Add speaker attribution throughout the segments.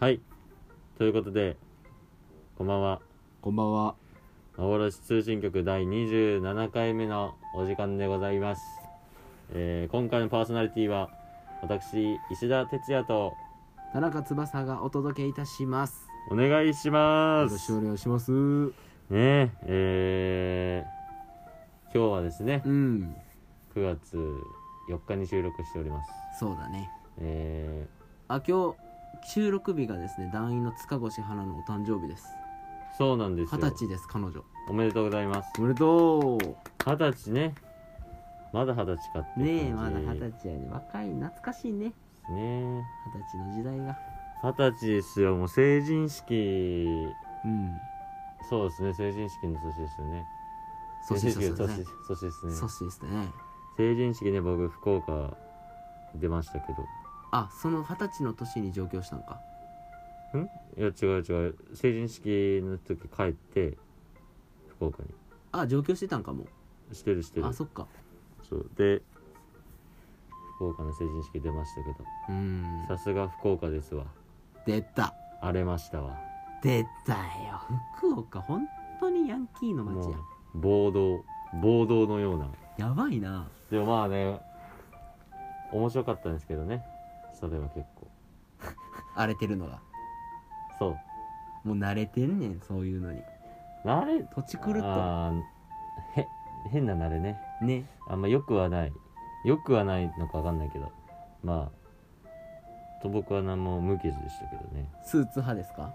Speaker 1: はい。ということで、こんばんは。
Speaker 2: こんばんは。
Speaker 1: 幻通信局第27回目のお時間でございます。えー今回のパーソナリティは、私、石田哲也と
Speaker 2: 田中翼がお届けいたします。
Speaker 1: お願いしま
Speaker 2: よろし
Speaker 1: す。
Speaker 2: くお
Speaker 1: ね
Speaker 2: 願いします。うん。
Speaker 1: え、えー今日はですね、9月4日に収録しております。
Speaker 2: そうだね。
Speaker 1: え
Speaker 2: あ、今日、収録日がですね、団員の塚越花のお誕生日です。
Speaker 1: ーそうなんです
Speaker 2: 二
Speaker 1: よ。
Speaker 2: 十歳です、彼女。
Speaker 1: おめでとうございます。
Speaker 2: おめでと
Speaker 1: 二十歳ね。まだ二十歳かって
Speaker 2: う
Speaker 1: いう
Speaker 2: ねえ、ま
Speaker 1: 感
Speaker 2: だ
Speaker 1: じ
Speaker 2: 二十歳やね。若い、懐かしいね。
Speaker 1: ね
Speaker 2: 二十歳の時代が。
Speaker 1: 二十歳ですよ。もう成人式、
Speaker 2: うん。
Speaker 1: そうですね。成人式の年ですよね。
Speaker 2: そして、
Speaker 1: 成人式
Speaker 2: そ
Speaker 1: の
Speaker 2: し
Speaker 1: 年
Speaker 2: て、
Speaker 1: 年ですね。
Speaker 2: そしてですね。
Speaker 1: 成人式ね、僕、福岡出ましたけど。
Speaker 2: あ、その二十歳の年に上京したんか。
Speaker 1: いや、違う違う。成人式の時帰って、福岡に。
Speaker 2: あ、上京してたんかも。
Speaker 1: してるしてる。
Speaker 2: あ、そっか。
Speaker 1: そう。で、福岡の成人式出ましたけど。
Speaker 2: うん。
Speaker 1: さすが福岡ですわ。
Speaker 2: 出た。
Speaker 1: 荒れましたわ。
Speaker 2: 出たよ福岡本当にヤンキーの
Speaker 1: も
Speaker 2: 街
Speaker 1: う
Speaker 2: や
Speaker 1: 暴動暴動のような
Speaker 2: やばいな
Speaker 1: でもまあね面白かったんですけどねそれは結構
Speaker 2: 荒れてるのが
Speaker 1: そう
Speaker 2: もう慣れてんねんそういうのに
Speaker 1: 慣れ
Speaker 2: 土地狂っ
Speaker 1: あーへ変な慣れね
Speaker 2: とね
Speaker 1: あんまよくはないよくはないのか分かんないけどまあと僕は何も無傷でしたけどね
Speaker 2: スーツ派ですか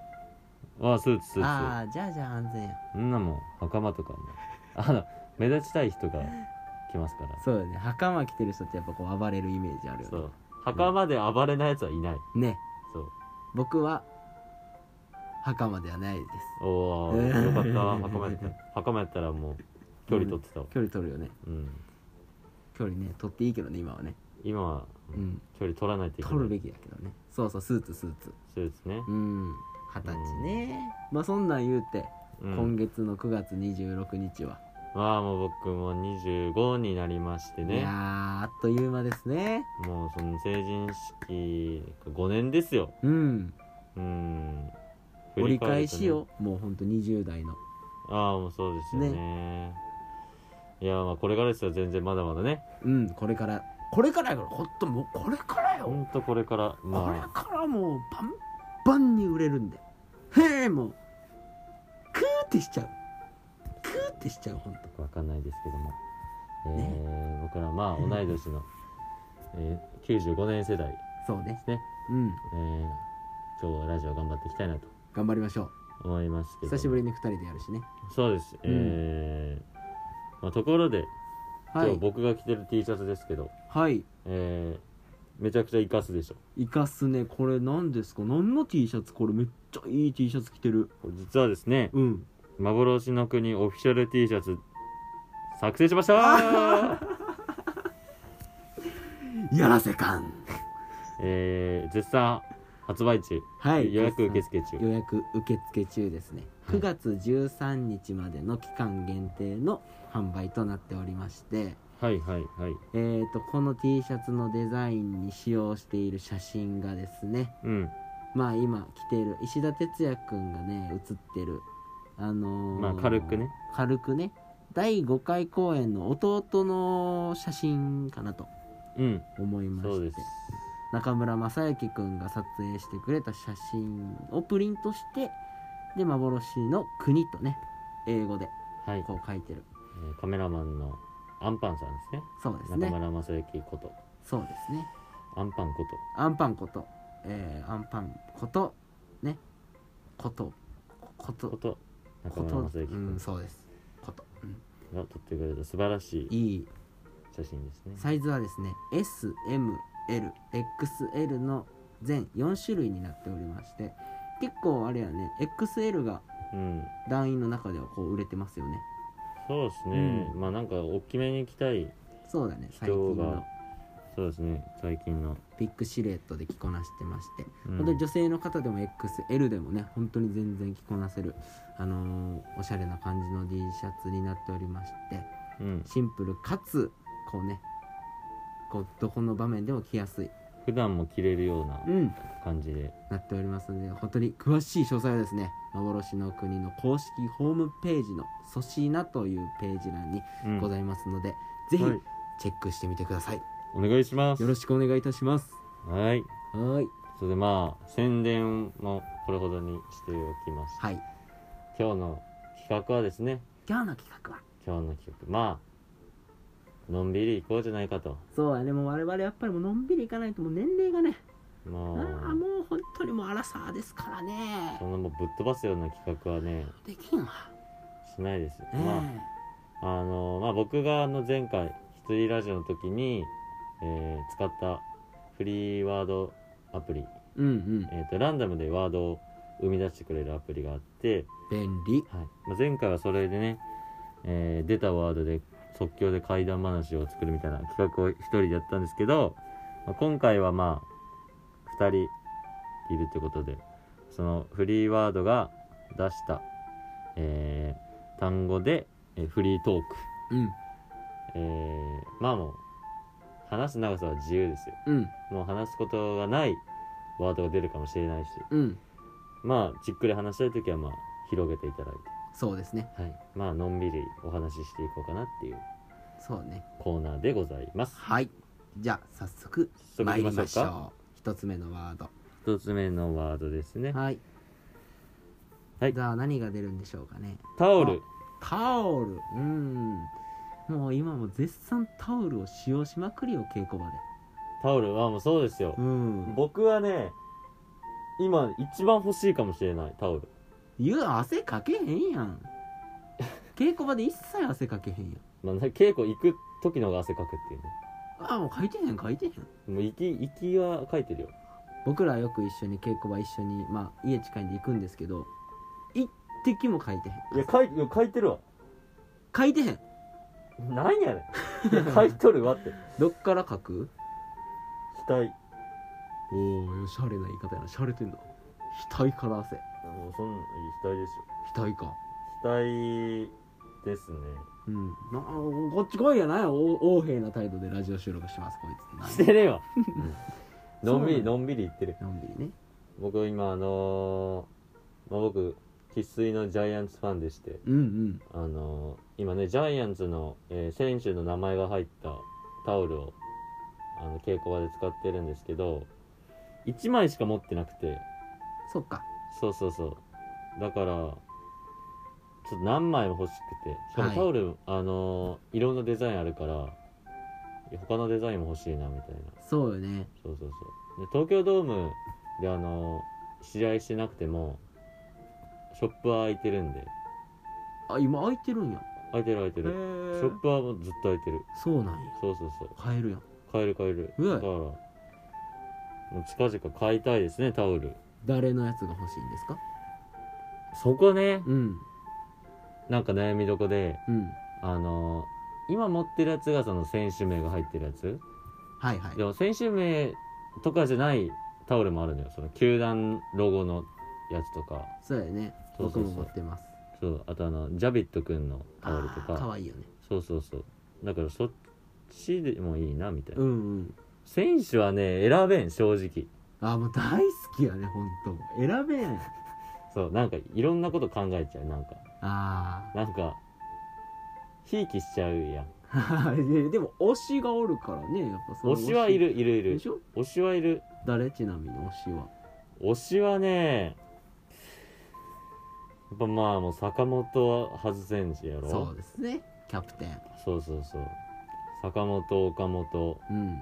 Speaker 1: ああスーツスー
Speaker 2: ああじゃあじゃあ安全や
Speaker 1: ツそんなもん袴とかも あの目立ちたい人が来ますから
Speaker 2: そうだね袴着てる人ってやっぱこう暴れるイメージある
Speaker 1: そ
Speaker 2: よ
Speaker 1: う袴で暴れないやつはいない
Speaker 2: ねね
Speaker 1: そう
Speaker 2: 僕は袴ではないです
Speaker 1: おお、
Speaker 2: えー
Speaker 1: よかったわ袴やった袴やったらもう距離取ってたわ、
Speaker 2: 距離取るよね
Speaker 1: うん、
Speaker 2: 距離ね取っていいけどね今はね
Speaker 1: 今は、う
Speaker 2: うんん
Speaker 1: 距離取らないといけない
Speaker 2: 取るべきだけどねそうそうスーツスーツ
Speaker 1: そうですね
Speaker 2: う、ん二十歳ねまあそんなん言うて
Speaker 1: うん
Speaker 2: 今月の9月26日は、
Speaker 1: まあもう僕も25になりまして
Speaker 2: いやー
Speaker 1: ね
Speaker 2: あっという間ですね
Speaker 1: もうその成人式5年ですよ
Speaker 2: うん
Speaker 1: うん
Speaker 2: 折り返
Speaker 1: るとね
Speaker 2: しよ、もうほんと20代の
Speaker 1: ああもうそうですよねいやまあこれからですよ全然まだまだね
Speaker 2: うんこれからこれからやからほんともうこれからよ、
Speaker 1: ほんとこれから
Speaker 2: これ
Speaker 1: まあ
Speaker 2: からもうバンバンに売れるんでへえもうクーってしちゃうクーってしちゃうほんと
Speaker 1: わかんないですけども、えー僕らまあ同い年の、えー、95年世代で
Speaker 2: そうね
Speaker 1: すね、
Speaker 2: うん
Speaker 1: えー今日はラジオ頑張っていきたいなと
Speaker 2: 頑張りましょ
Speaker 1: 思いますけ
Speaker 2: う
Speaker 1: ど
Speaker 2: 久しぶりに2人でやるしね
Speaker 1: そうです、
Speaker 2: うん
Speaker 1: えーまあ、ところで今
Speaker 2: は
Speaker 1: 日
Speaker 2: い
Speaker 1: 僕が着てる T シャツですけど、
Speaker 2: はい
Speaker 1: えーめちゃくちゃ活かすでしょ
Speaker 2: イカスねこれ何ですか何の T シャツこれめっちゃいい T シャツ着てる
Speaker 1: これ実はですね
Speaker 2: うん
Speaker 1: 幻の国オフィシャル T シャツ作成しました
Speaker 2: やらせかん
Speaker 1: えー絶賛発売中、
Speaker 2: はい
Speaker 1: 予約受付中
Speaker 2: 予約受付中ですね
Speaker 1: はい
Speaker 2: 9月13日までの期間限定の販売となっておりまして、
Speaker 1: はいはいはい
Speaker 2: えー、とこの T シャツのデザインに使用している写真がですね
Speaker 1: うん
Speaker 2: まあ今着ている石田哲也くんがね写ってるあのー
Speaker 1: まあ軽くね
Speaker 2: 軽くね第5回公演の弟の写真かなと
Speaker 1: うん
Speaker 2: 思いま
Speaker 1: そう
Speaker 2: し
Speaker 1: です
Speaker 2: て中村正幸くんが撮影してくれた写真をプリントしてで幻の国とね英語で
Speaker 1: はい、
Speaker 2: こう書いてる
Speaker 1: えーカメラマンのアンパンさんですね
Speaker 2: そうです
Speaker 1: 中
Speaker 2: ね
Speaker 1: 村正幸こと
Speaker 2: そうですね
Speaker 1: アンパンこと
Speaker 2: アンパンことえーアンパンことねことこと
Speaker 1: こと中
Speaker 2: こ
Speaker 1: 村
Speaker 2: と
Speaker 1: 正幸
Speaker 2: う
Speaker 1: 君
Speaker 2: んそうですこと、うん
Speaker 1: が撮ってくれた素晴らしい
Speaker 2: いい
Speaker 1: 写真ですね
Speaker 2: サイズはですね SMLXL の全4種類になっておりまして結構あれやね XL が
Speaker 1: うん
Speaker 2: 団員の中ではこう売れてますよね
Speaker 1: そうですね、
Speaker 2: う
Speaker 1: まあなんか大きめに着たい
Speaker 2: そうだね最
Speaker 1: 人
Speaker 2: 近
Speaker 1: が
Speaker 2: の
Speaker 1: そうですね最近の、
Speaker 2: ビッグシルエットで着こなしてまして、
Speaker 1: うん
Speaker 2: 本当に女性の方でも XL でもね本当に全然着こなせる、あのーおしゃれな感じの T シャツになっておりまして
Speaker 1: うん、
Speaker 2: シンプルかつこうねこうどこの場面でも着やすい、
Speaker 1: 普段も着れるような
Speaker 2: うん、
Speaker 1: 感じで
Speaker 2: なっておりますので本当に詳しい詳細はですね幻の国の公式ホームページの「粗品」というページ欄に
Speaker 1: うん
Speaker 2: ございますので、ぜひ
Speaker 1: はい
Speaker 2: チェックしてみてください、
Speaker 1: お願いします
Speaker 2: よろしくお願いいたします
Speaker 1: はい
Speaker 2: はい
Speaker 1: それでまあ宣伝もこれほどにしておきます
Speaker 2: はい
Speaker 1: 今日の企画はですね
Speaker 2: 今日の企画は
Speaker 1: 今日の企画まあのんびり行こうじゃないかと
Speaker 2: そうやねもう我々やっぱりもうのんびりいかないともう年齢がねあ
Speaker 1: も
Speaker 2: あ
Speaker 1: う
Speaker 2: もう本当にもう荒さですからね
Speaker 1: そんなもうぶっ飛ばすような企画はね
Speaker 2: できんわ
Speaker 1: しないです、
Speaker 2: ええ
Speaker 1: まああのまあ僕があの前回「ひとりラジオ」の時に、えー使ったフリーワードアプリ、
Speaker 2: うんうん
Speaker 1: えー、とランダムでワードを生み出してくれるアプリがあって、
Speaker 2: 便利
Speaker 1: はいまあ、前回はそれでね、えー出たワードで即興で怪談話を作るみたいな企画を一人でやったんですけど、まあ、今回はまあ2人いるってことでそのフリーワードが出した、えー単語で、えーフリートーク、
Speaker 2: うん
Speaker 1: えーまあもう話す長さは自由ですよ
Speaker 2: うん
Speaker 1: もう話すことがないワードが出るかもしれないし
Speaker 2: うん
Speaker 1: まあじっくり話したい時はまあ広げていただいて
Speaker 2: そうですね
Speaker 1: はい、まあのんびりお話ししていこうかなっていう
Speaker 2: そうね
Speaker 1: コーナーでございます。
Speaker 2: はいじゃあ早速
Speaker 1: 早速
Speaker 2: 参
Speaker 1: 行
Speaker 2: り
Speaker 1: きま
Speaker 2: ま
Speaker 1: し
Speaker 2: し
Speaker 1: ょうか。
Speaker 2: ょう一つ目のワード
Speaker 1: 一つ目のワードですね。
Speaker 2: はい、
Speaker 1: はい
Speaker 2: じゃあ何が出るんでしょうかね
Speaker 1: タオル。
Speaker 2: タオルうんもう今も絶賛タオルを使用しまくりよ稽古場で
Speaker 1: タオルはもうそうですよ
Speaker 2: う。ん
Speaker 1: 僕はね、今一番欲しいかもしれないタオル。
Speaker 2: 言う汗かけへんやん稽古場で一切汗かけへんやん
Speaker 1: まあな稽古行く時の方が汗かくっていうね。
Speaker 2: あもう書いてへん書いてへん
Speaker 1: もう行き行きは書いてるよ。
Speaker 2: 僕らよく一緒に稽古場一緒にまあ家近いんで行くんですけど一滴も書いてへ
Speaker 1: いや
Speaker 2: ん
Speaker 1: 書いいや書いてるわ。
Speaker 2: 書いてへん
Speaker 1: なんやねん。いや書いとるわって。
Speaker 2: どっから書く
Speaker 1: 額。
Speaker 2: おおおしゃれな言い方やなしゃれてんだ額から汗
Speaker 1: もうそん額ですよ。
Speaker 2: 額か
Speaker 1: 額ですね。
Speaker 2: うんなあこっち来いやないお横柄な態度でラジオ収録しますこいつ
Speaker 1: してねえわ。のんび
Speaker 2: そ
Speaker 1: り
Speaker 2: うなの
Speaker 1: のんびり行ってる。
Speaker 2: のんびりね
Speaker 1: 僕今あのーまあ、僕生粋のジャイアンツファンでして
Speaker 2: うんうん
Speaker 1: あのー今ねジャイアンツの、えー選手の名前が入ったタオルをあの稽古場で使ってるんですけど1枚しか持ってなくて
Speaker 2: そっか
Speaker 1: そうそうそうだからちょっと何枚も欲しくてしかも
Speaker 2: はい
Speaker 1: タオル、あのーいろんなデザインあるから他のデザインも欲しいなみたいな
Speaker 2: そうよね
Speaker 1: そうそうそうで東京ドームであの試合してなくてもショップは空いてるんで
Speaker 2: あ今空いてるんや
Speaker 1: 空いてる空いて
Speaker 2: へ
Speaker 1: るシ
Speaker 2: え
Speaker 1: ョップはもうずっと空いてる
Speaker 2: そうなんや
Speaker 1: そうそうそう
Speaker 2: 買えるやん
Speaker 1: 買える買える
Speaker 2: うわ
Speaker 1: だからもう近々買いたいですねタオル
Speaker 2: 誰のやつが欲しいんですか
Speaker 1: そこね
Speaker 2: うん
Speaker 1: なんか悩みどこで
Speaker 2: うん
Speaker 1: あの今持ってるやつがその選手名が入ってるやつ
Speaker 2: はいはい
Speaker 1: でも選手名とかじゃないタオルもあるのよその球団ロゴのやつとか
Speaker 2: そうやね
Speaker 1: そう
Speaker 2: 僕
Speaker 1: そうそう
Speaker 2: も持ってます
Speaker 1: そうあとあのジャビットくんのタオルと
Speaker 2: あーかわいいよね
Speaker 1: そうそうそうだからそっちでもいいなみたいな、
Speaker 2: うんうん
Speaker 1: 選手はね選べん正直
Speaker 2: あーもう大好きやねほんと選べん
Speaker 1: そうなんかいろんなこと考えちゃうなんか
Speaker 2: あ
Speaker 1: なんかひいきしちゃうやん
Speaker 2: あでも推しがおるからねやっぱその
Speaker 1: 推しはいるいるい
Speaker 2: で
Speaker 1: る
Speaker 2: しょ
Speaker 1: 推しはいる
Speaker 2: 誰ちなみに推しは
Speaker 1: 推しはねやっぱまあもう坂本は外せんしやろ
Speaker 2: そうですねキャプテン
Speaker 1: そうそうそう坂本岡本
Speaker 2: うん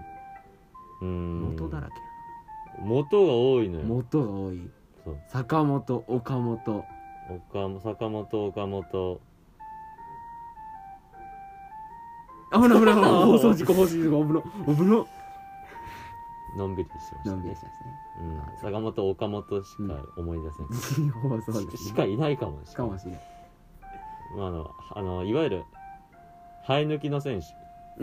Speaker 1: うーん
Speaker 2: 元だらけ
Speaker 1: 元が多いのよ
Speaker 2: 元が多い
Speaker 1: そう
Speaker 2: 坂本岡本
Speaker 1: 岡本坂本岡本
Speaker 2: あぶなぶなぶな放送事故放送事故危な危な
Speaker 1: のんびりしてました
Speaker 2: のんび
Speaker 1: ね
Speaker 2: りし、ま
Speaker 1: うん、坂本岡本しか思い出せない、
Speaker 2: すね放送
Speaker 1: し
Speaker 2: 事
Speaker 1: し
Speaker 2: 故
Speaker 1: かいないかもし
Speaker 2: かもしれない
Speaker 1: まあ、あのあのいわゆる生え抜きの選手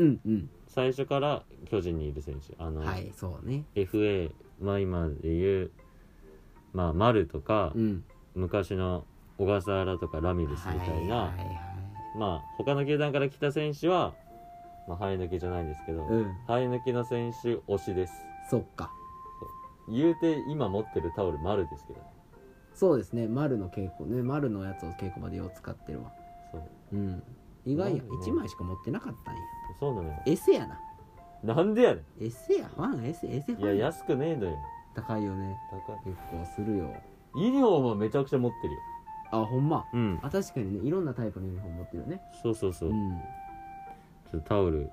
Speaker 2: うんうん
Speaker 1: 最初から巨人にいる選手あの、
Speaker 2: はいそうね
Speaker 1: FA まあ今でいう、まあ、丸とか、
Speaker 2: うん
Speaker 1: 昔の小笠原とかラミレスみたいな、
Speaker 2: はいはい
Speaker 1: まあ他の球団から来た選手は、まあ、生え抜きじゃないんですけど、
Speaker 2: はいうん
Speaker 1: 生え抜きの選手推しです
Speaker 2: そっか
Speaker 1: 言うて今持ってるタオル丸ですけどね
Speaker 2: そうですね丸の稽古ね丸のやつを稽古場でよう使ってるわ
Speaker 1: そう
Speaker 2: うん意外や
Speaker 1: 丸ね
Speaker 2: 1枚しか持ってなかったんや
Speaker 1: そうなのよ
Speaker 2: エセやな
Speaker 1: なんでやね
Speaker 2: エセやファンエセエセフ
Speaker 1: んいや
Speaker 2: ァン
Speaker 1: 安くねえのよ
Speaker 2: 高いよね
Speaker 1: 高い
Speaker 2: 結構するよ
Speaker 1: ユニフォームはめちゃくちゃ持ってるよ
Speaker 2: あほんま
Speaker 1: うん
Speaker 2: あ確かにねいろんなタイプのユニフォーム持ってるよね
Speaker 1: そうそうそうう、ち
Speaker 2: ん
Speaker 1: ょっとタオル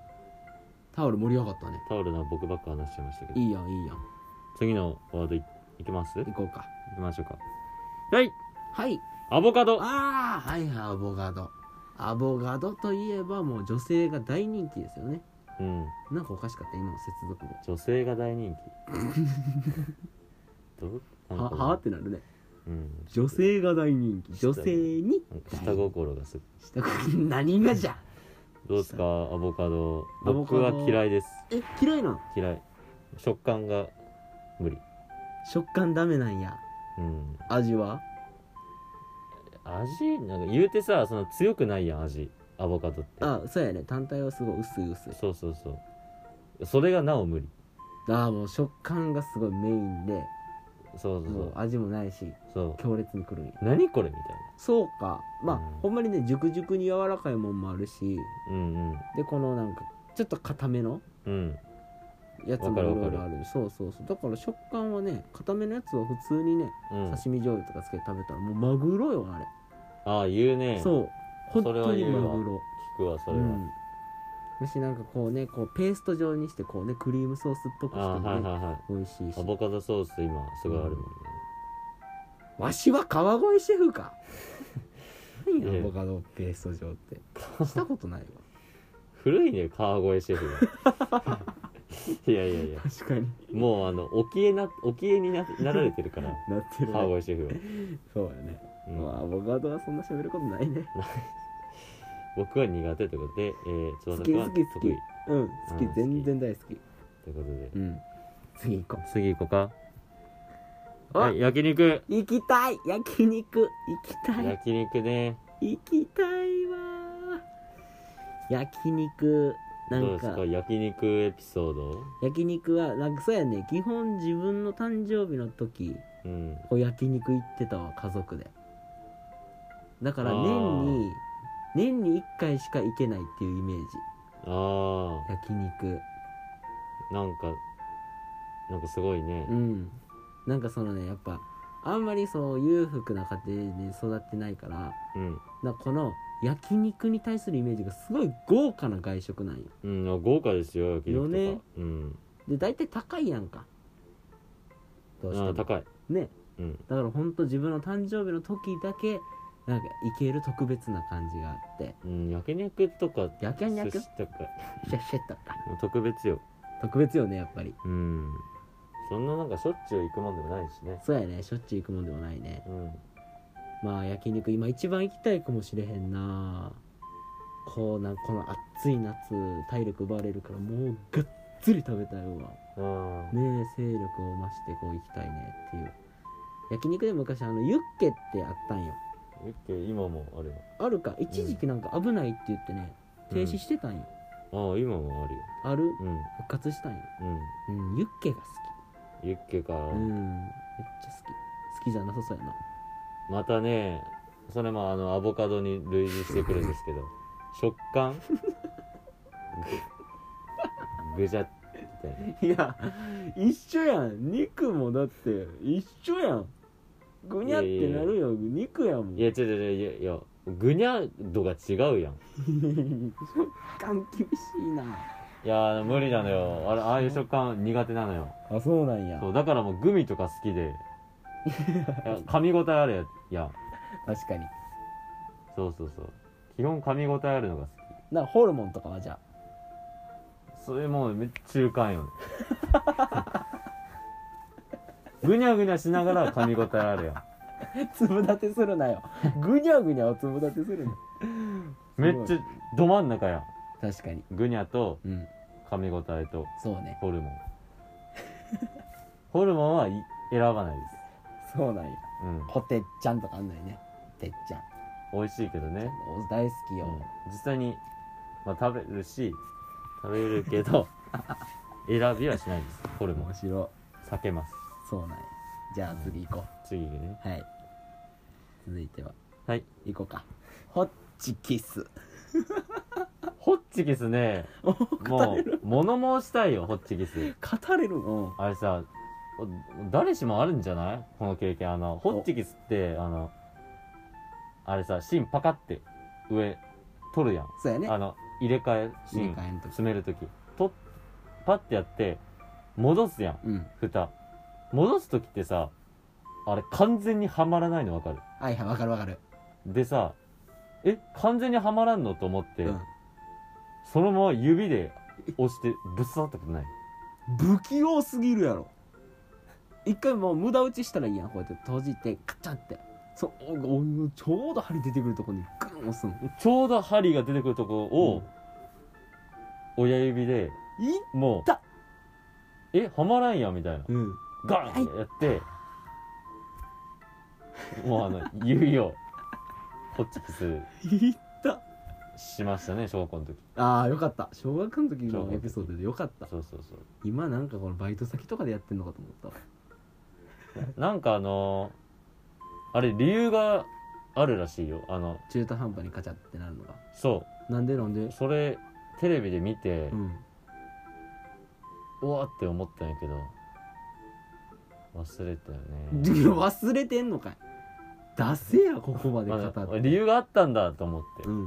Speaker 2: タオル盛り上がったね
Speaker 1: タオルな僕ばっか話してましたけど
Speaker 2: いいやんいいやん
Speaker 1: 次のワードいいきますい
Speaker 2: 行
Speaker 1: き
Speaker 2: こうか
Speaker 1: ましょうかはい
Speaker 2: はい
Speaker 1: アボカド
Speaker 2: ああはいはいアボガドアボガドといえばもう女性が大人気ですよね
Speaker 1: うん
Speaker 2: なんかおかしかった今の接続語
Speaker 1: 女性が大人気 どうなん
Speaker 2: は
Speaker 1: か
Speaker 2: はってなるね
Speaker 1: うん
Speaker 2: 女性が大人気
Speaker 1: 下
Speaker 2: 女性に
Speaker 1: なんか下心がする
Speaker 2: 下心 何がじゃ
Speaker 1: どうですかアボカド
Speaker 2: アボ
Speaker 1: 僕
Speaker 2: カド
Speaker 1: は嫌いです
Speaker 2: え嫌いなの
Speaker 1: 嫌い食感が無理
Speaker 2: 食感ダメなんや
Speaker 1: うん
Speaker 2: 味は
Speaker 1: 味なんか言うてさその強くないやん味アボカドって
Speaker 2: あそうやね単体はすごい薄い薄い
Speaker 1: そうそうそうそれがなお無理
Speaker 2: ああもう食感がすごいメインで
Speaker 1: そうそうそ
Speaker 2: もう
Speaker 1: う
Speaker 2: 味もないし
Speaker 1: そ
Speaker 2: 強烈にくるんや
Speaker 1: う何これみたい
Speaker 2: そうかまあ、
Speaker 1: うん
Speaker 2: ほんまにね熟熟に柔らかいもんもあるし
Speaker 1: なうんうん
Speaker 2: でこのなんかちょっと固めの
Speaker 1: うん
Speaker 2: やつ
Speaker 1: わ
Speaker 2: も
Speaker 1: か
Speaker 2: い
Speaker 1: るわ
Speaker 2: ろ
Speaker 1: か
Speaker 2: い
Speaker 1: る
Speaker 2: ろあるそうそうそうだから食感はね固めのやつは普通にね、
Speaker 1: うん
Speaker 2: 刺身醤油とかつけて食べたらもうマグロよあれ、
Speaker 1: ああ言うね
Speaker 2: そう本
Speaker 1: それは
Speaker 2: 当に
Speaker 1: 言
Speaker 2: マ
Speaker 1: うわ
Speaker 2: グロ
Speaker 1: 聞くわそうれは、
Speaker 2: んもしなんかこうねこうペースト状にしてこうねクリームソースっぽく
Speaker 1: ああ
Speaker 2: して
Speaker 1: はい
Speaker 2: も、ね
Speaker 1: はいはい
Speaker 2: 美味しいし
Speaker 1: アボカドソース今すごいあるもんね、
Speaker 2: わしは川越シェフか
Speaker 1: え
Speaker 2: 何
Speaker 1: え
Speaker 2: やアボカドペースト 状ってしたことないわ
Speaker 1: 古いね川越シェフ がいやいやいや
Speaker 2: 確かに
Speaker 1: もうあの沖絵な沖絵にななられてるから
Speaker 2: なってるね
Speaker 1: 川越シェフは、
Speaker 2: そうやね、
Speaker 1: うん
Speaker 2: まあアボカドはそんな喋ることないね
Speaker 1: 僕は苦手ということで、えー、
Speaker 2: 好
Speaker 1: 翼
Speaker 2: き
Speaker 1: くんは
Speaker 2: 好
Speaker 1: 得意
Speaker 2: き好きうん好
Speaker 1: う
Speaker 2: き
Speaker 1: ん
Speaker 2: 全然大好き
Speaker 1: ということで
Speaker 2: うん次行こ
Speaker 1: 次行こうか
Speaker 2: う
Speaker 1: はい焼肉
Speaker 2: 行きたい焼肉行きたい
Speaker 1: 焼肉ね
Speaker 2: 行きたいわ焼肉な
Speaker 1: どうんです
Speaker 2: か
Speaker 1: か焼肉エピソード
Speaker 2: 焼肉はなんかそうやね基本自分の誕生日の時
Speaker 1: うん
Speaker 2: こう焼肉行ってたわ家族でだから
Speaker 1: あー
Speaker 2: 年に年に1回しか行けないっていうイメージ
Speaker 1: あ
Speaker 2: 焼肉
Speaker 1: あなんかなんかすごいね
Speaker 2: うんなんかそのねやっぱあんまりそう裕福な家庭で育ってないから
Speaker 1: うん、
Speaker 2: なんかこの焼肉に対するイメージがすごい豪華な外食なんよ
Speaker 1: うんあ豪華ですよ焼肉とか、
Speaker 2: よね
Speaker 1: うん
Speaker 2: で大体高いやんかどうして
Speaker 1: あ
Speaker 2: も
Speaker 1: ー高い
Speaker 2: ね
Speaker 1: うん
Speaker 2: だからほんと自分の誕生日の時だけなんか行ける特別な感じがあって
Speaker 1: うん焼肉とか
Speaker 2: 焼肉
Speaker 1: 寿司とか
Speaker 2: シャッシャッとか
Speaker 1: 特別よ
Speaker 2: 特別よねやっぱり
Speaker 1: うんそんななんかしょっちゅう行くもんでもないしね
Speaker 2: そうやねしょっちゅう行くもんでもないね
Speaker 1: うん
Speaker 2: まあ焼肉今一番行きたいかもしれへんなこうなんこの暑い夏体力奪われるからもうがっつり食べたいわ
Speaker 1: ああ、
Speaker 2: ねえ勢力を増してこう行きたいねっていう焼肉で昔あのユッケってあったんよ
Speaker 1: ユッケ今もあるよ
Speaker 2: あるか一時期なんか危ないって言ってね、停止してたんよ
Speaker 1: ああ今もあるよ
Speaker 2: ある
Speaker 1: うん
Speaker 2: 復活したんよ、
Speaker 1: うん
Speaker 2: うん、ユッケが好
Speaker 1: ユッケか、
Speaker 2: きうんめっちゃ好き好きじゃなさそうやな
Speaker 1: またねそれもあのアボカドに類似してくるんですけど 食感ぐぐじゃっみたいない
Speaker 2: や一緒やん肉もだって一緒やんぐ
Speaker 1: にゃってなる
Speaker 2: よ肉やもん
Speaker 1: いや違う違う違ういやぐにゃ度が違うやん
Speaker 2: 食感厳しいな
Speaker 1: いやー無理なのよあれああいう食感苦手なのよ
Speaker 2: あそうなんや
Speaker 1: そうだからもうグミとか好きでいや噛み応えあるややん
Speaker 2: 確かに
Speaker 1: そうそうそう基本噛み応えあるのが好き
Speaker 2: なホルモンとかはじゃあ
Speaker 1: それもうめっちゃ中間よねぐにゃぐにゃしながら噛み応えあるやん
Speaker 2: 粒立てするなよぐにゃぐにゃを粒立てするな
Speaker 1: めっちゃど真ん中やん
Speaker 2: 確かに
Speaker 1: ぐにゃと
Speaker 2: うん
Speaker 1: 噛み応えと
Speaker 2: そうね
Speaker 1: ホルモンホルモンはい選ばないです
Speaker 2: そうなんや
Speaker 1: うん
Speaker 2: ほてっちゃんとかあんのよねてっちゃん
Speaker 1: 美味しいけどね、
Speaker 2: 大好き
Speaker 1: う
Speaker 2: よ、
Speaker 1: ん、実際に、まあ、食べるし食べるけ ど選びはしないですホルモン
Speaker 2: 面白
Speaker 1: 避けます
Speaker 2: そうなんやじゃあ次行こ
Speaker 1: 次ね
Speaker 2: う、はい続いては
Speaker 1: はい
Speaker 2: 行こうかホッチキス
Speaker 1: ホッチキスね
Speaker 2: お語
Speaker 1: も
Speaker 2: れる
Speaker 1: う物申したいよホッチキス
Speaker 2: 語れるうん
Speaker 1: あれさお誰しもあるんじゃないこの経験あのホッチキスってあのあれさ芯パカって上取るやん
Speaker 2: そうやね
Speaker 1: あの入れ替え
Speaker 2: 入れ
Speaker 1: 芯
Speaker 2: 替えんとき
Speaker 1: 詰める時とパッてやって戻すやん
Speaker 2: うん
Speaker 1: 蓋戻す時ってさあれ完全にはまらないの分かる
Speaker 2: はいはいわかるわかる
Speaker 1: でさえ完全にはまらんのと思って、
Speaker 2: うん
Speaker 1: そのまま指で押してぶっ刺さったことない
Speaker 2: 不器用すぎるやろ一回もう無駄打ちしたらいいやんこうやって閉じてカチャンってそうおおちょうど針出てくるとこにグン押すの
Speaker 1: ちょうど針が出てくるとこを、親指で
Speaker 2: いっ
Speaker 1: もう
Speaker 2: た
Speaker 1: えはまらんやんみたいな
Speaker 2: うん
Speaker 1: ガンってやって、もうあの指をホッチキス
Speaker 2: いった
Speaker 1: しましたね小学校の時
Speaker 2: ああよかった小学の時のエピソードでよかった
Speaker 1: そうそうそう
Speaker 2: 今なんかこのバイト先とかでやってんのかと思ったわ
Speaker 1: なんかあのーあれ理由があるらしいよあの
Speaker 2: 中途半端にカチャってなるのが
Speaker 1: そ
Speaker 2: なんでなんで
Speaker 1: うそれテレビで見て
Speaker 2: う、ん
Speaker 1: うわーって思ったんやけど忘れたよ
Speaker 2: いや
Speaker 1: ね
Speaker 2: 忘れてんのかい出せやここまで
Speaker 1: ま
Speaker 2: 語
Speaker 1: あ
Speaker 2: って
Speaker 1: 理由があったんだと思って、
Speaker 2: うん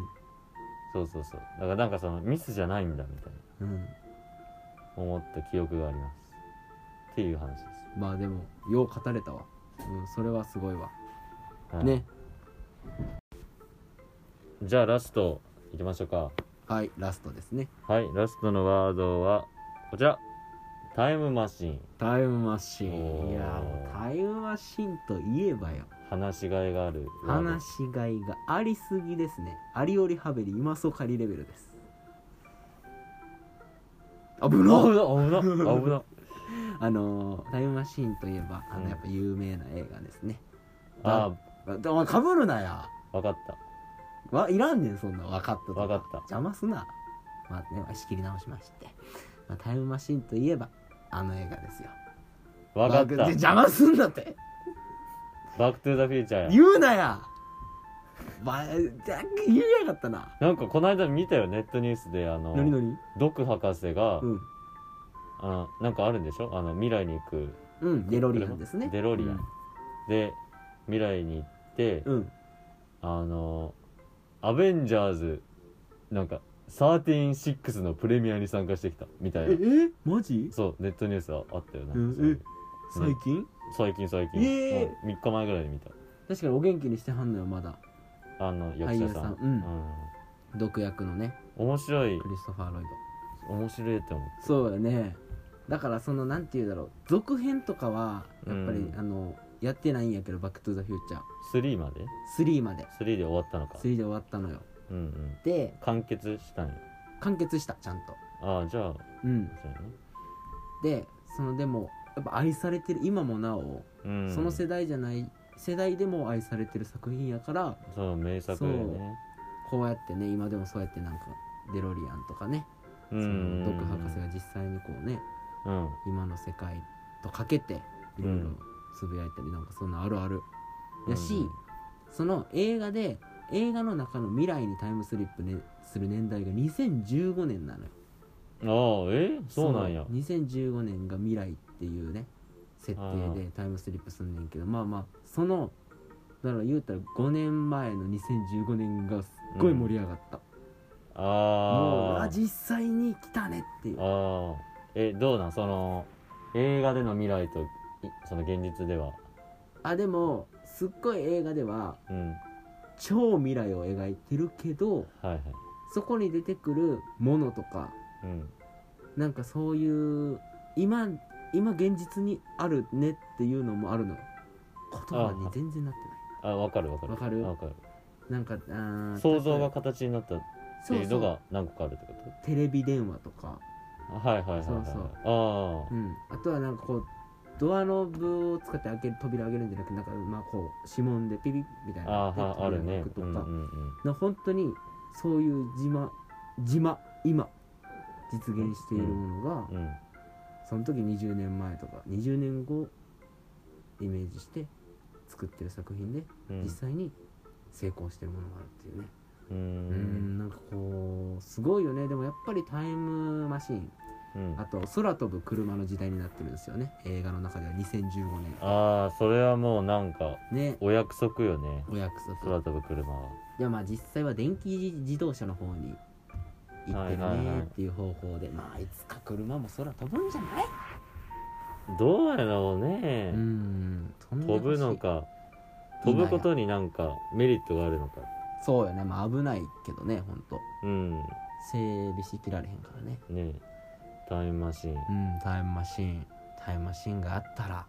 Speaker 1: そうそうそうだからなんかそのミスじゃないんだみたい
Speaker 2: うん
Speaker 1: な思った記憶がありますっていう話です
Speaker 2: まあでもよう語れたわうんそれはすごいわ
Speaker 1: はい
Speaker 2: ね
Speaker 1: じゃあラストいきましょうか
Speaker 2: はいラストですね
Speaker 1: はいラストのワードはこちらタイムマシン
Speaker 2: タイムマシ
Speaker 1: お
Speaker 2: ン
Speaker 1: ー
Speaker 2: いやもうタイムマシンといえばよ
Speaker 1: 話しがいがあるワード
Speaker 2: 話しがいがありすぎですねありおりはべり今そかりレベルですあぶ
Speaker 1: 危
Speaker 2: なっ
Speaker 1: な危な 危な
Speaker 2: あのータイムマシーンといえばあ
Speaker 1: うん
Speaker 2: のやっぱ有名な映画ですね、
Speaker 1: あ
Speaker 2: あかぶるなや
Speaker 1: 分かった
Speaker 2: わいらんねんそんな分かったと
Speaker 1: 分かった
Speaker 2: 邪魔すなまあね仕切り直しまして、まあ、タイムマシーンといえばあの映画ですよ
Speaker 1: 分かっ
Speaker 2: バック
Speaker 1: た
Speaker 2: 邪魔すんなって
Speaker 1: バック・トゥ・ザ・フューチャーや
Speaker 2: 言うなやばじゃ言えやがったな
Speaker 1: なんかこの間見たよネットニュースであの
Speaker 2: 何々
Speaker 1: ドク博士が、
Speaker 2: うん
Speaker 1: あのなんかあるんでしょあの未来に行く
Speaker 2: うんデロリアンですね
Speaker 1: デロリアンで未来に行って、
Speaker 2: うん、うん
Speaker 1: あのアベンジャーズなんか136のプレミアに参加してきたみたい
Speaker 2: え
Speaker 1: な
Speaker 2: えマジ
Speaker 1: そうネットニュースあったよな、
Speaker 2: うん
Speaker 1: そういう
Speaker 2: え最近、
Speaker 1: 最近最近、
Speaker 2: えー
Speaker 1: 3日前ぐらいに見た
Speaker 2: 確かにお元気にしてはんのよまだ
Speaker 1: あの役者さん
Speaker 2: 俳優さんうん毒薬のね
Speaker 1: うん面白い
Speaker 2: クリストファー・ロイド
Speaker 1: 面白いと思
Speaker 2: そうよねだからそのなんて言うだろう続編とかはやっぱり、
Speaker 1: うん
Speaker 2: あのやってないんやけど「バック・トゥ・ザ・フューチャー
Speaker 1: う3まで」
Speaker 2: 3まで
Speaker 1: 3で終わったのか
Speaker 2: 3で終わったのよ
Speaker 1: うんうん
Speaker 2: で
Speaker 1: 完結したんや
Speaker 2: 完結したちゃんと
Speaker 1: ああじゃあ
Speaker 2: うん
Speaker 1: そうやね
Speaker 2: でそのでもやっぱ愛されてる今もなお、
Speaker 1: うん
Speaker 2: その世代じゃない世代でも愛されてる作品やから
Speaker 1: そう名作だよね
Speaker 2: こうやってね今でもそうやってなんかデロリアンとかね、
Speaker 1: うんうん
Speaker 2: その毒博士が実際にこうね
Speaker 1: うん
Speaker 2: 今の世界とかけていろいろつぶやいたりなんかそんなあるある
Speaker 1: うん
Speaker 2: やし、その映画で映画の中の未来にタイムスリップ、ね、する年代が2015年なのよ
Speaker 1: ああえそうなんや
Speaker 2: その2015年が未来っていうね設定
Speaker 1: う
Speaker 2: でタイムスリップすんねんけどまあまあそのだから言うたら5年前の2015年がすっごい盛り上がった、もう
Speaker 1: あ
Speaker 2: あ実際に来たねっていう
Speaker 1: あああえどうなんその映画での未来といその現実では
Speaker 2: あでもすっごい映画では
Speaker 1: うん
Speaker 2: 超未来を描いてるけど
Speaker 1: はいはい
Speaker 2: そこに出てくるものとか
Speaker 1: うん
Speaker 2: なんかそういう今今現実にあるねっていうのもあるのよ言葉に全然なって
Speaker 1: あわかるわかる
Speaker 2: わかる
Speaker 1: あわかる
Speaker 2: ないなんかあー
Speaker 1: 想像が形になったっ
Speaker 2: そ
Speaker 1: て
Speaker 2: う
Speaker 1: いうの
Speaker 2: そう
Speaker 1: が何個かあるってこと
Speaker 2: テレビ電話とか、
Speaker 1: はいはいはいはい
Speaker 2: そうそう
Speaker 1: あ
Speaker 2: うん、あとはなんかこうドアノブを使って開ける扉を開けるんじゃなくてなんかまあこう指紋でピピッみたい
Speaker 1: ー
Speaker 2: な
Speaker 1: あー
Speaker 2: で
Speaker 1: はあるね
Speaker 2: 扉が開く
Speaker 1: う
Speaker 2: と
Speaker 1: んう
Speaker 2: か、
Speaker 1: んうん
Speaker 2: な本当にそういう自慢自慢今実現しているものが、
Speaker 1: うん
Speaker 2: その時20年前とか20年後をイメージして作ってる作品で
Speaker 1: うん
Speaker 2: 実際に成功してるものがあるっていうね
Speaker 1: う
Speaker 2: うんんなんかこうすごいよねでもやっぱりタイムマシン
Speaker 1: うん
Speaker 2: あと空飛ぶ車の時代になってるんですよね映画の中では2015年
Speaker 1: ああそれはもうなんか
Speaker 2: ね
Speaker 1: お約束よね
Speaker 2: お約
Speaker 1: 空飛
Speaker 2: 束
Speaker 1: ぶ車はい
Speaker 2: やまあ実際は電気自動車の方に行ってる
Speaker 1: はいはいは
Speaker 2: ね
Speaker 1: い
Speaker 2: っていう方向でまあいつか車も空飛ぶんじゃない
Speaker 1: どうやろうね
Speaker 2: うん飛んでほ
Speaker 1: 飛
Speaker 2: し
Speaker 1: ぶ
Speaker 2: い
Speaker 1: のか飛ぶことになんかメリットがあるのか
Speaker 2: そうよねまあ危ないけどねほんと
Speaker 1: うん
Speaker 2: 整備しきられへんからね
Speaker 1: ねタイムマシン
Speaker 2: うんタイムマシンタイムマシンがあったら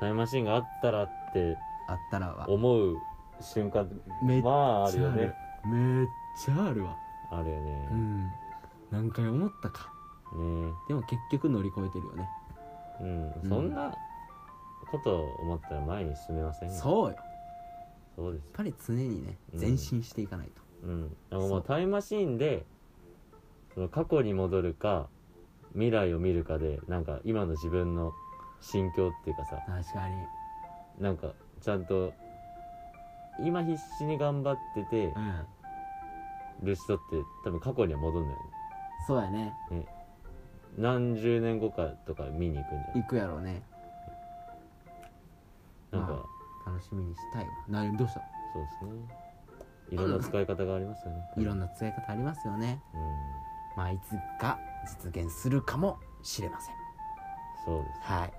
Speaker 1: タイムマシンがあったらって
Speaker 2: あったらは
Speaker 1: 思う瞬間
Speaker 2: めっち
Speaker 1: ま
Speaker 2: ゃ
Speaker 1: あ
Speaker 2: あ
Speaker 1: ある
Speaker 2: る
Speaker 1: よね
Speaker 2: めっちゃあるわ
Speaker 1: あるよね
Speaker 2: うん何回思ったか
Speaker 1: ね
Speaker 2: でも結局乗り越えてるよね
Speaker 1: うん
Speaker 2: うん
Speaker 1: そんなことを思ったら前に進めませんよ
Speaker 2: そうよやっ
Speaker 1: そうです
Speaker 2: ぱり常にね
Speaker 1: うん
Speaker 2: 前進していかないと、
Speaker 1: うんで
Speaker 2: そ
Speaker 1: も
Speaker 2: う
Speaker 1: もうタイムマシーンでその過去に戻るか未来を見るかでなんか今の自分の心境っていうかさ
Speaker 2: 確かに
Speaker 1: なんかちゃんと今必死に頑張ってて
Speaker 2: うん
Speaker 1: る人って多分過去には戻んない
Speaker 2: そうやね
Speaker 1: 何十年後かとか見に行くんじゃない
Speaker 2: 行くやろうね
Speaker 1: なんか、
Speaker 2: ま楽しみにしたいわなどうした
Speaker 1: そうですねいろんな使い方がありますよね
Speaker 2: いろんな使い方ありますよね
Speaker 1: うん
Speaker 2: まあいつか実現するかもしれません
Speaker 1: そうです
Speaker 2: はい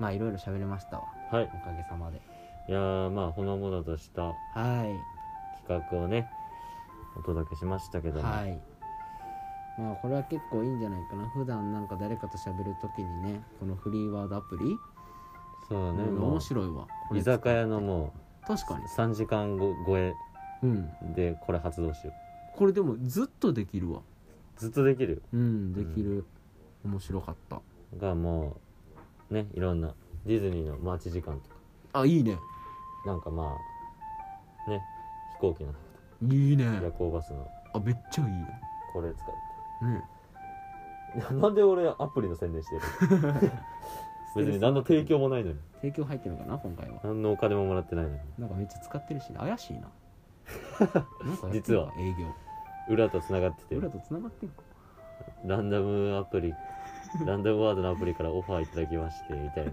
Speaker 2: まあいろいろ喋れましたわ
Speaker 1: はい
Speaker 2: おかげさまで
Speaker 1: いやーまあほのぼのとした
Speaker 2: はい
Speaker 1: 企画をねお届けしましたけども、
Speaker 2: はいまあこれは結構いいんじゃないかな普段なんか誰かと喋るときにねこのフリーワードアプリ、
Speaker 1: そうだね
Speaker 2: うん
Speaker 1: も
Speaker 2: 面
Speaker 1: う
Speaker 2: 白いわこれ
Speaker 1: 居酒屋のも
Speaker 2: 確
Speaker 1: う
Speaker 2: かに
Speaker 1: 3時間後超え
Speaker 2: うん
Speaker 1: でこれ発動しよ
Speaker 2: これでもずっとできるわ
Speaker 1: うずっとできるよ
Speaker 2: うんできる、面白かった
Speaker 1: がもうねいろんなディズニーの待ち時間とか
Speaker 2: あいいね
Speaker 1: なんかまあね飛行機の
Speaker 2: いいね
Speaker 1: 夜行バスの
Speaker 2: あめっちゃいいね
Speaker 1: これ使っ
Speaker 2: ね
Speaker 1: ていやなんで俺アプリの宣伝してる別に何の提供もないのに
Speaker 2: 提供入ってるのかな今回は
Speaker 1: 何のお金ももらってないのに
Speaker 2: なんかめっちゃ使ってるしね怪し いななんかやってんのか
Speaker 1: 実は
Speaker 2: 営業
Speaker 1: 裏と繋がってて
Speaker 2: 裏と繋がってんのか
Speaker 1: ランダムアプリランダムワードのアプリからオファーいただきましてみたいな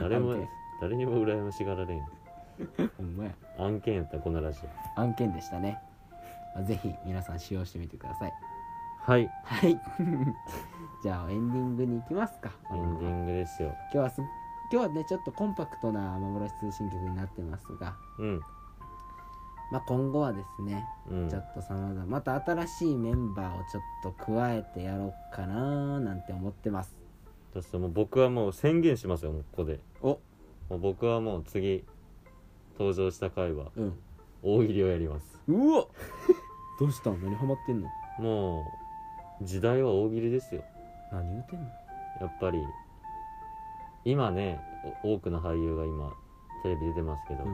Speaker 1: 誰も
Speaker 2: 案件
Speaker 1: 誰にも羨ましがられん
Speaker 2: ほんまや
Speaker 1: 案件やったこのラジ
Speaker 2: 案件でしたねまあぜひ皆さん使用してみてください
Speaker 1: オはい
Speaker 2: はい じゃあエンディングに行きますか
Speaker 1: エンディングですよ
Speaker 2: 今日はす今日はねちょっとコンパクトな幻通信局になってますが、
Speaker 1: うん
Speaker 2: まあ、今後はですね
Speaker 1: うん
Speaker 2: ちょっとさまざままた新しいメンバーをちょっと加えてやろうかななんて思ってます
Speaker 1: そしてもう僕はもう宣言しますよもうここで
Speaker 2: お
Speaker 1: もう僕はもう次登場した回は
Speaker 2: うん
Speaker 1: 大喜利をやります
Speaker 2: うわ どうしたん何ハマってんの
Speaker 1: もう時代は大喜利ですよ
Speaker 2: 何言うてんの
Speaker 1: やっぱり今ねお多くの俳優が今テレビ出てますけど、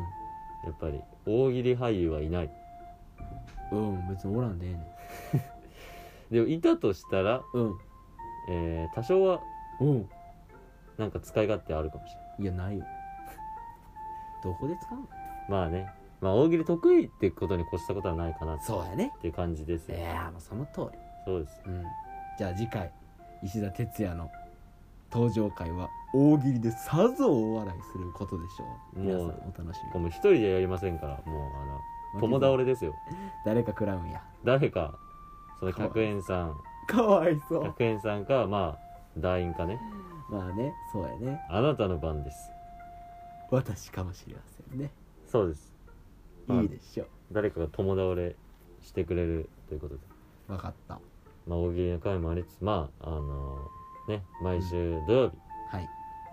Speaker 1: やっぱり大喜利俳優はいない
Speaker 2: うん、うん、別におらんでええねん
Speaker 1: でもいたとしたら、えー多少は
Speaker 2: うんうん
Speaker 1: なんか使い勝手あるかもしれない
Speaker 2: いやないよ どこで使うの
Speaker 1: まあねまあ大喜利得意ってことに越したことはないかなっ
Speaker 2: そうやね
Speaker 1: ていう感じです
Speaker 2: い
Speaker 1: よ
Speaker 2: やーもうその通り
Speaker 1: そうです
Speaker 2: うんじゃあ次回石田哲也の登場回は大喜利でさぞお笑いすることでしょう皆さ
Speaker 1: も
Speaker 2: んお
Speaker 1: う
Speaker 2: 楽しみに
Speaker 1: もう一人でやりませんからもうあの友倒れですよ
Speaker 2: 誰か食らうんや
Speaker 1: 誰かその100円さん
Speaker 2: かわいそ
Speaker 1: 100円さんかまあ団員かね
Speaker 2: まあねそうやね
Speaker 1: あなたの番です
Speaker 2: 私かもしれませんね
Speaker 1: そうですはい
Speaker 2: いいでしょ
Speaker 1: 誰かが友倒れしてくれるということで、
Speaker 2: うわかった
Speaker 1: まあ、大喜利の回もありつつまああのね毎週土曜日、
Speaker 2: はい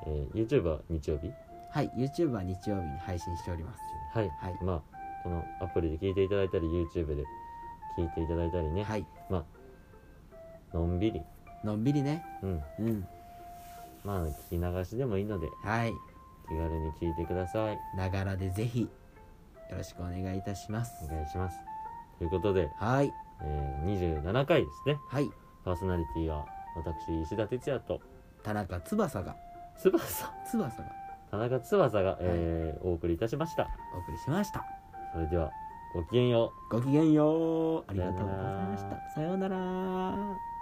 Speaker 1: えー、YouTube は日曜日
Speaker 2: はい YouTube は日曜日に配信しております
Speaker 1: はい、
Speaker 2: はい
Speaker 1: まあこのアプリで聞いていただいたり YouTube で聞いていただいたりね、
Speaker 2: はい
Speaker 1: のんびり
Speaker 2: のんびりね
Speaker 1: うん
Speaker 2: うん
Speaker 1: まあ聞き流しでもいいので
Speaker 2: はい
Speaker 1: 気軽に聞いてください
Speaker 2: ながらでぜひよろしくお願いいたします
Speaker 1: お願いしますということで、
Speaker 2: はい
Speaker 1: えー、27回ですね
Speaker 2: はい
Speaker 1: パーソナリティは私石田哲也と
Speaker 2: 田中翼が
Speaker 1: 翼
Speaker 2: 翼が
Speaker 1: 田中翼が、えーお送りいたしました
Speaker 2: お送りしました
Speaker 1: それではごきげんよう
Speaker 2: ごきげんようありがとうございまし
Speaker 1: さよな
Speaker 2: たさようなら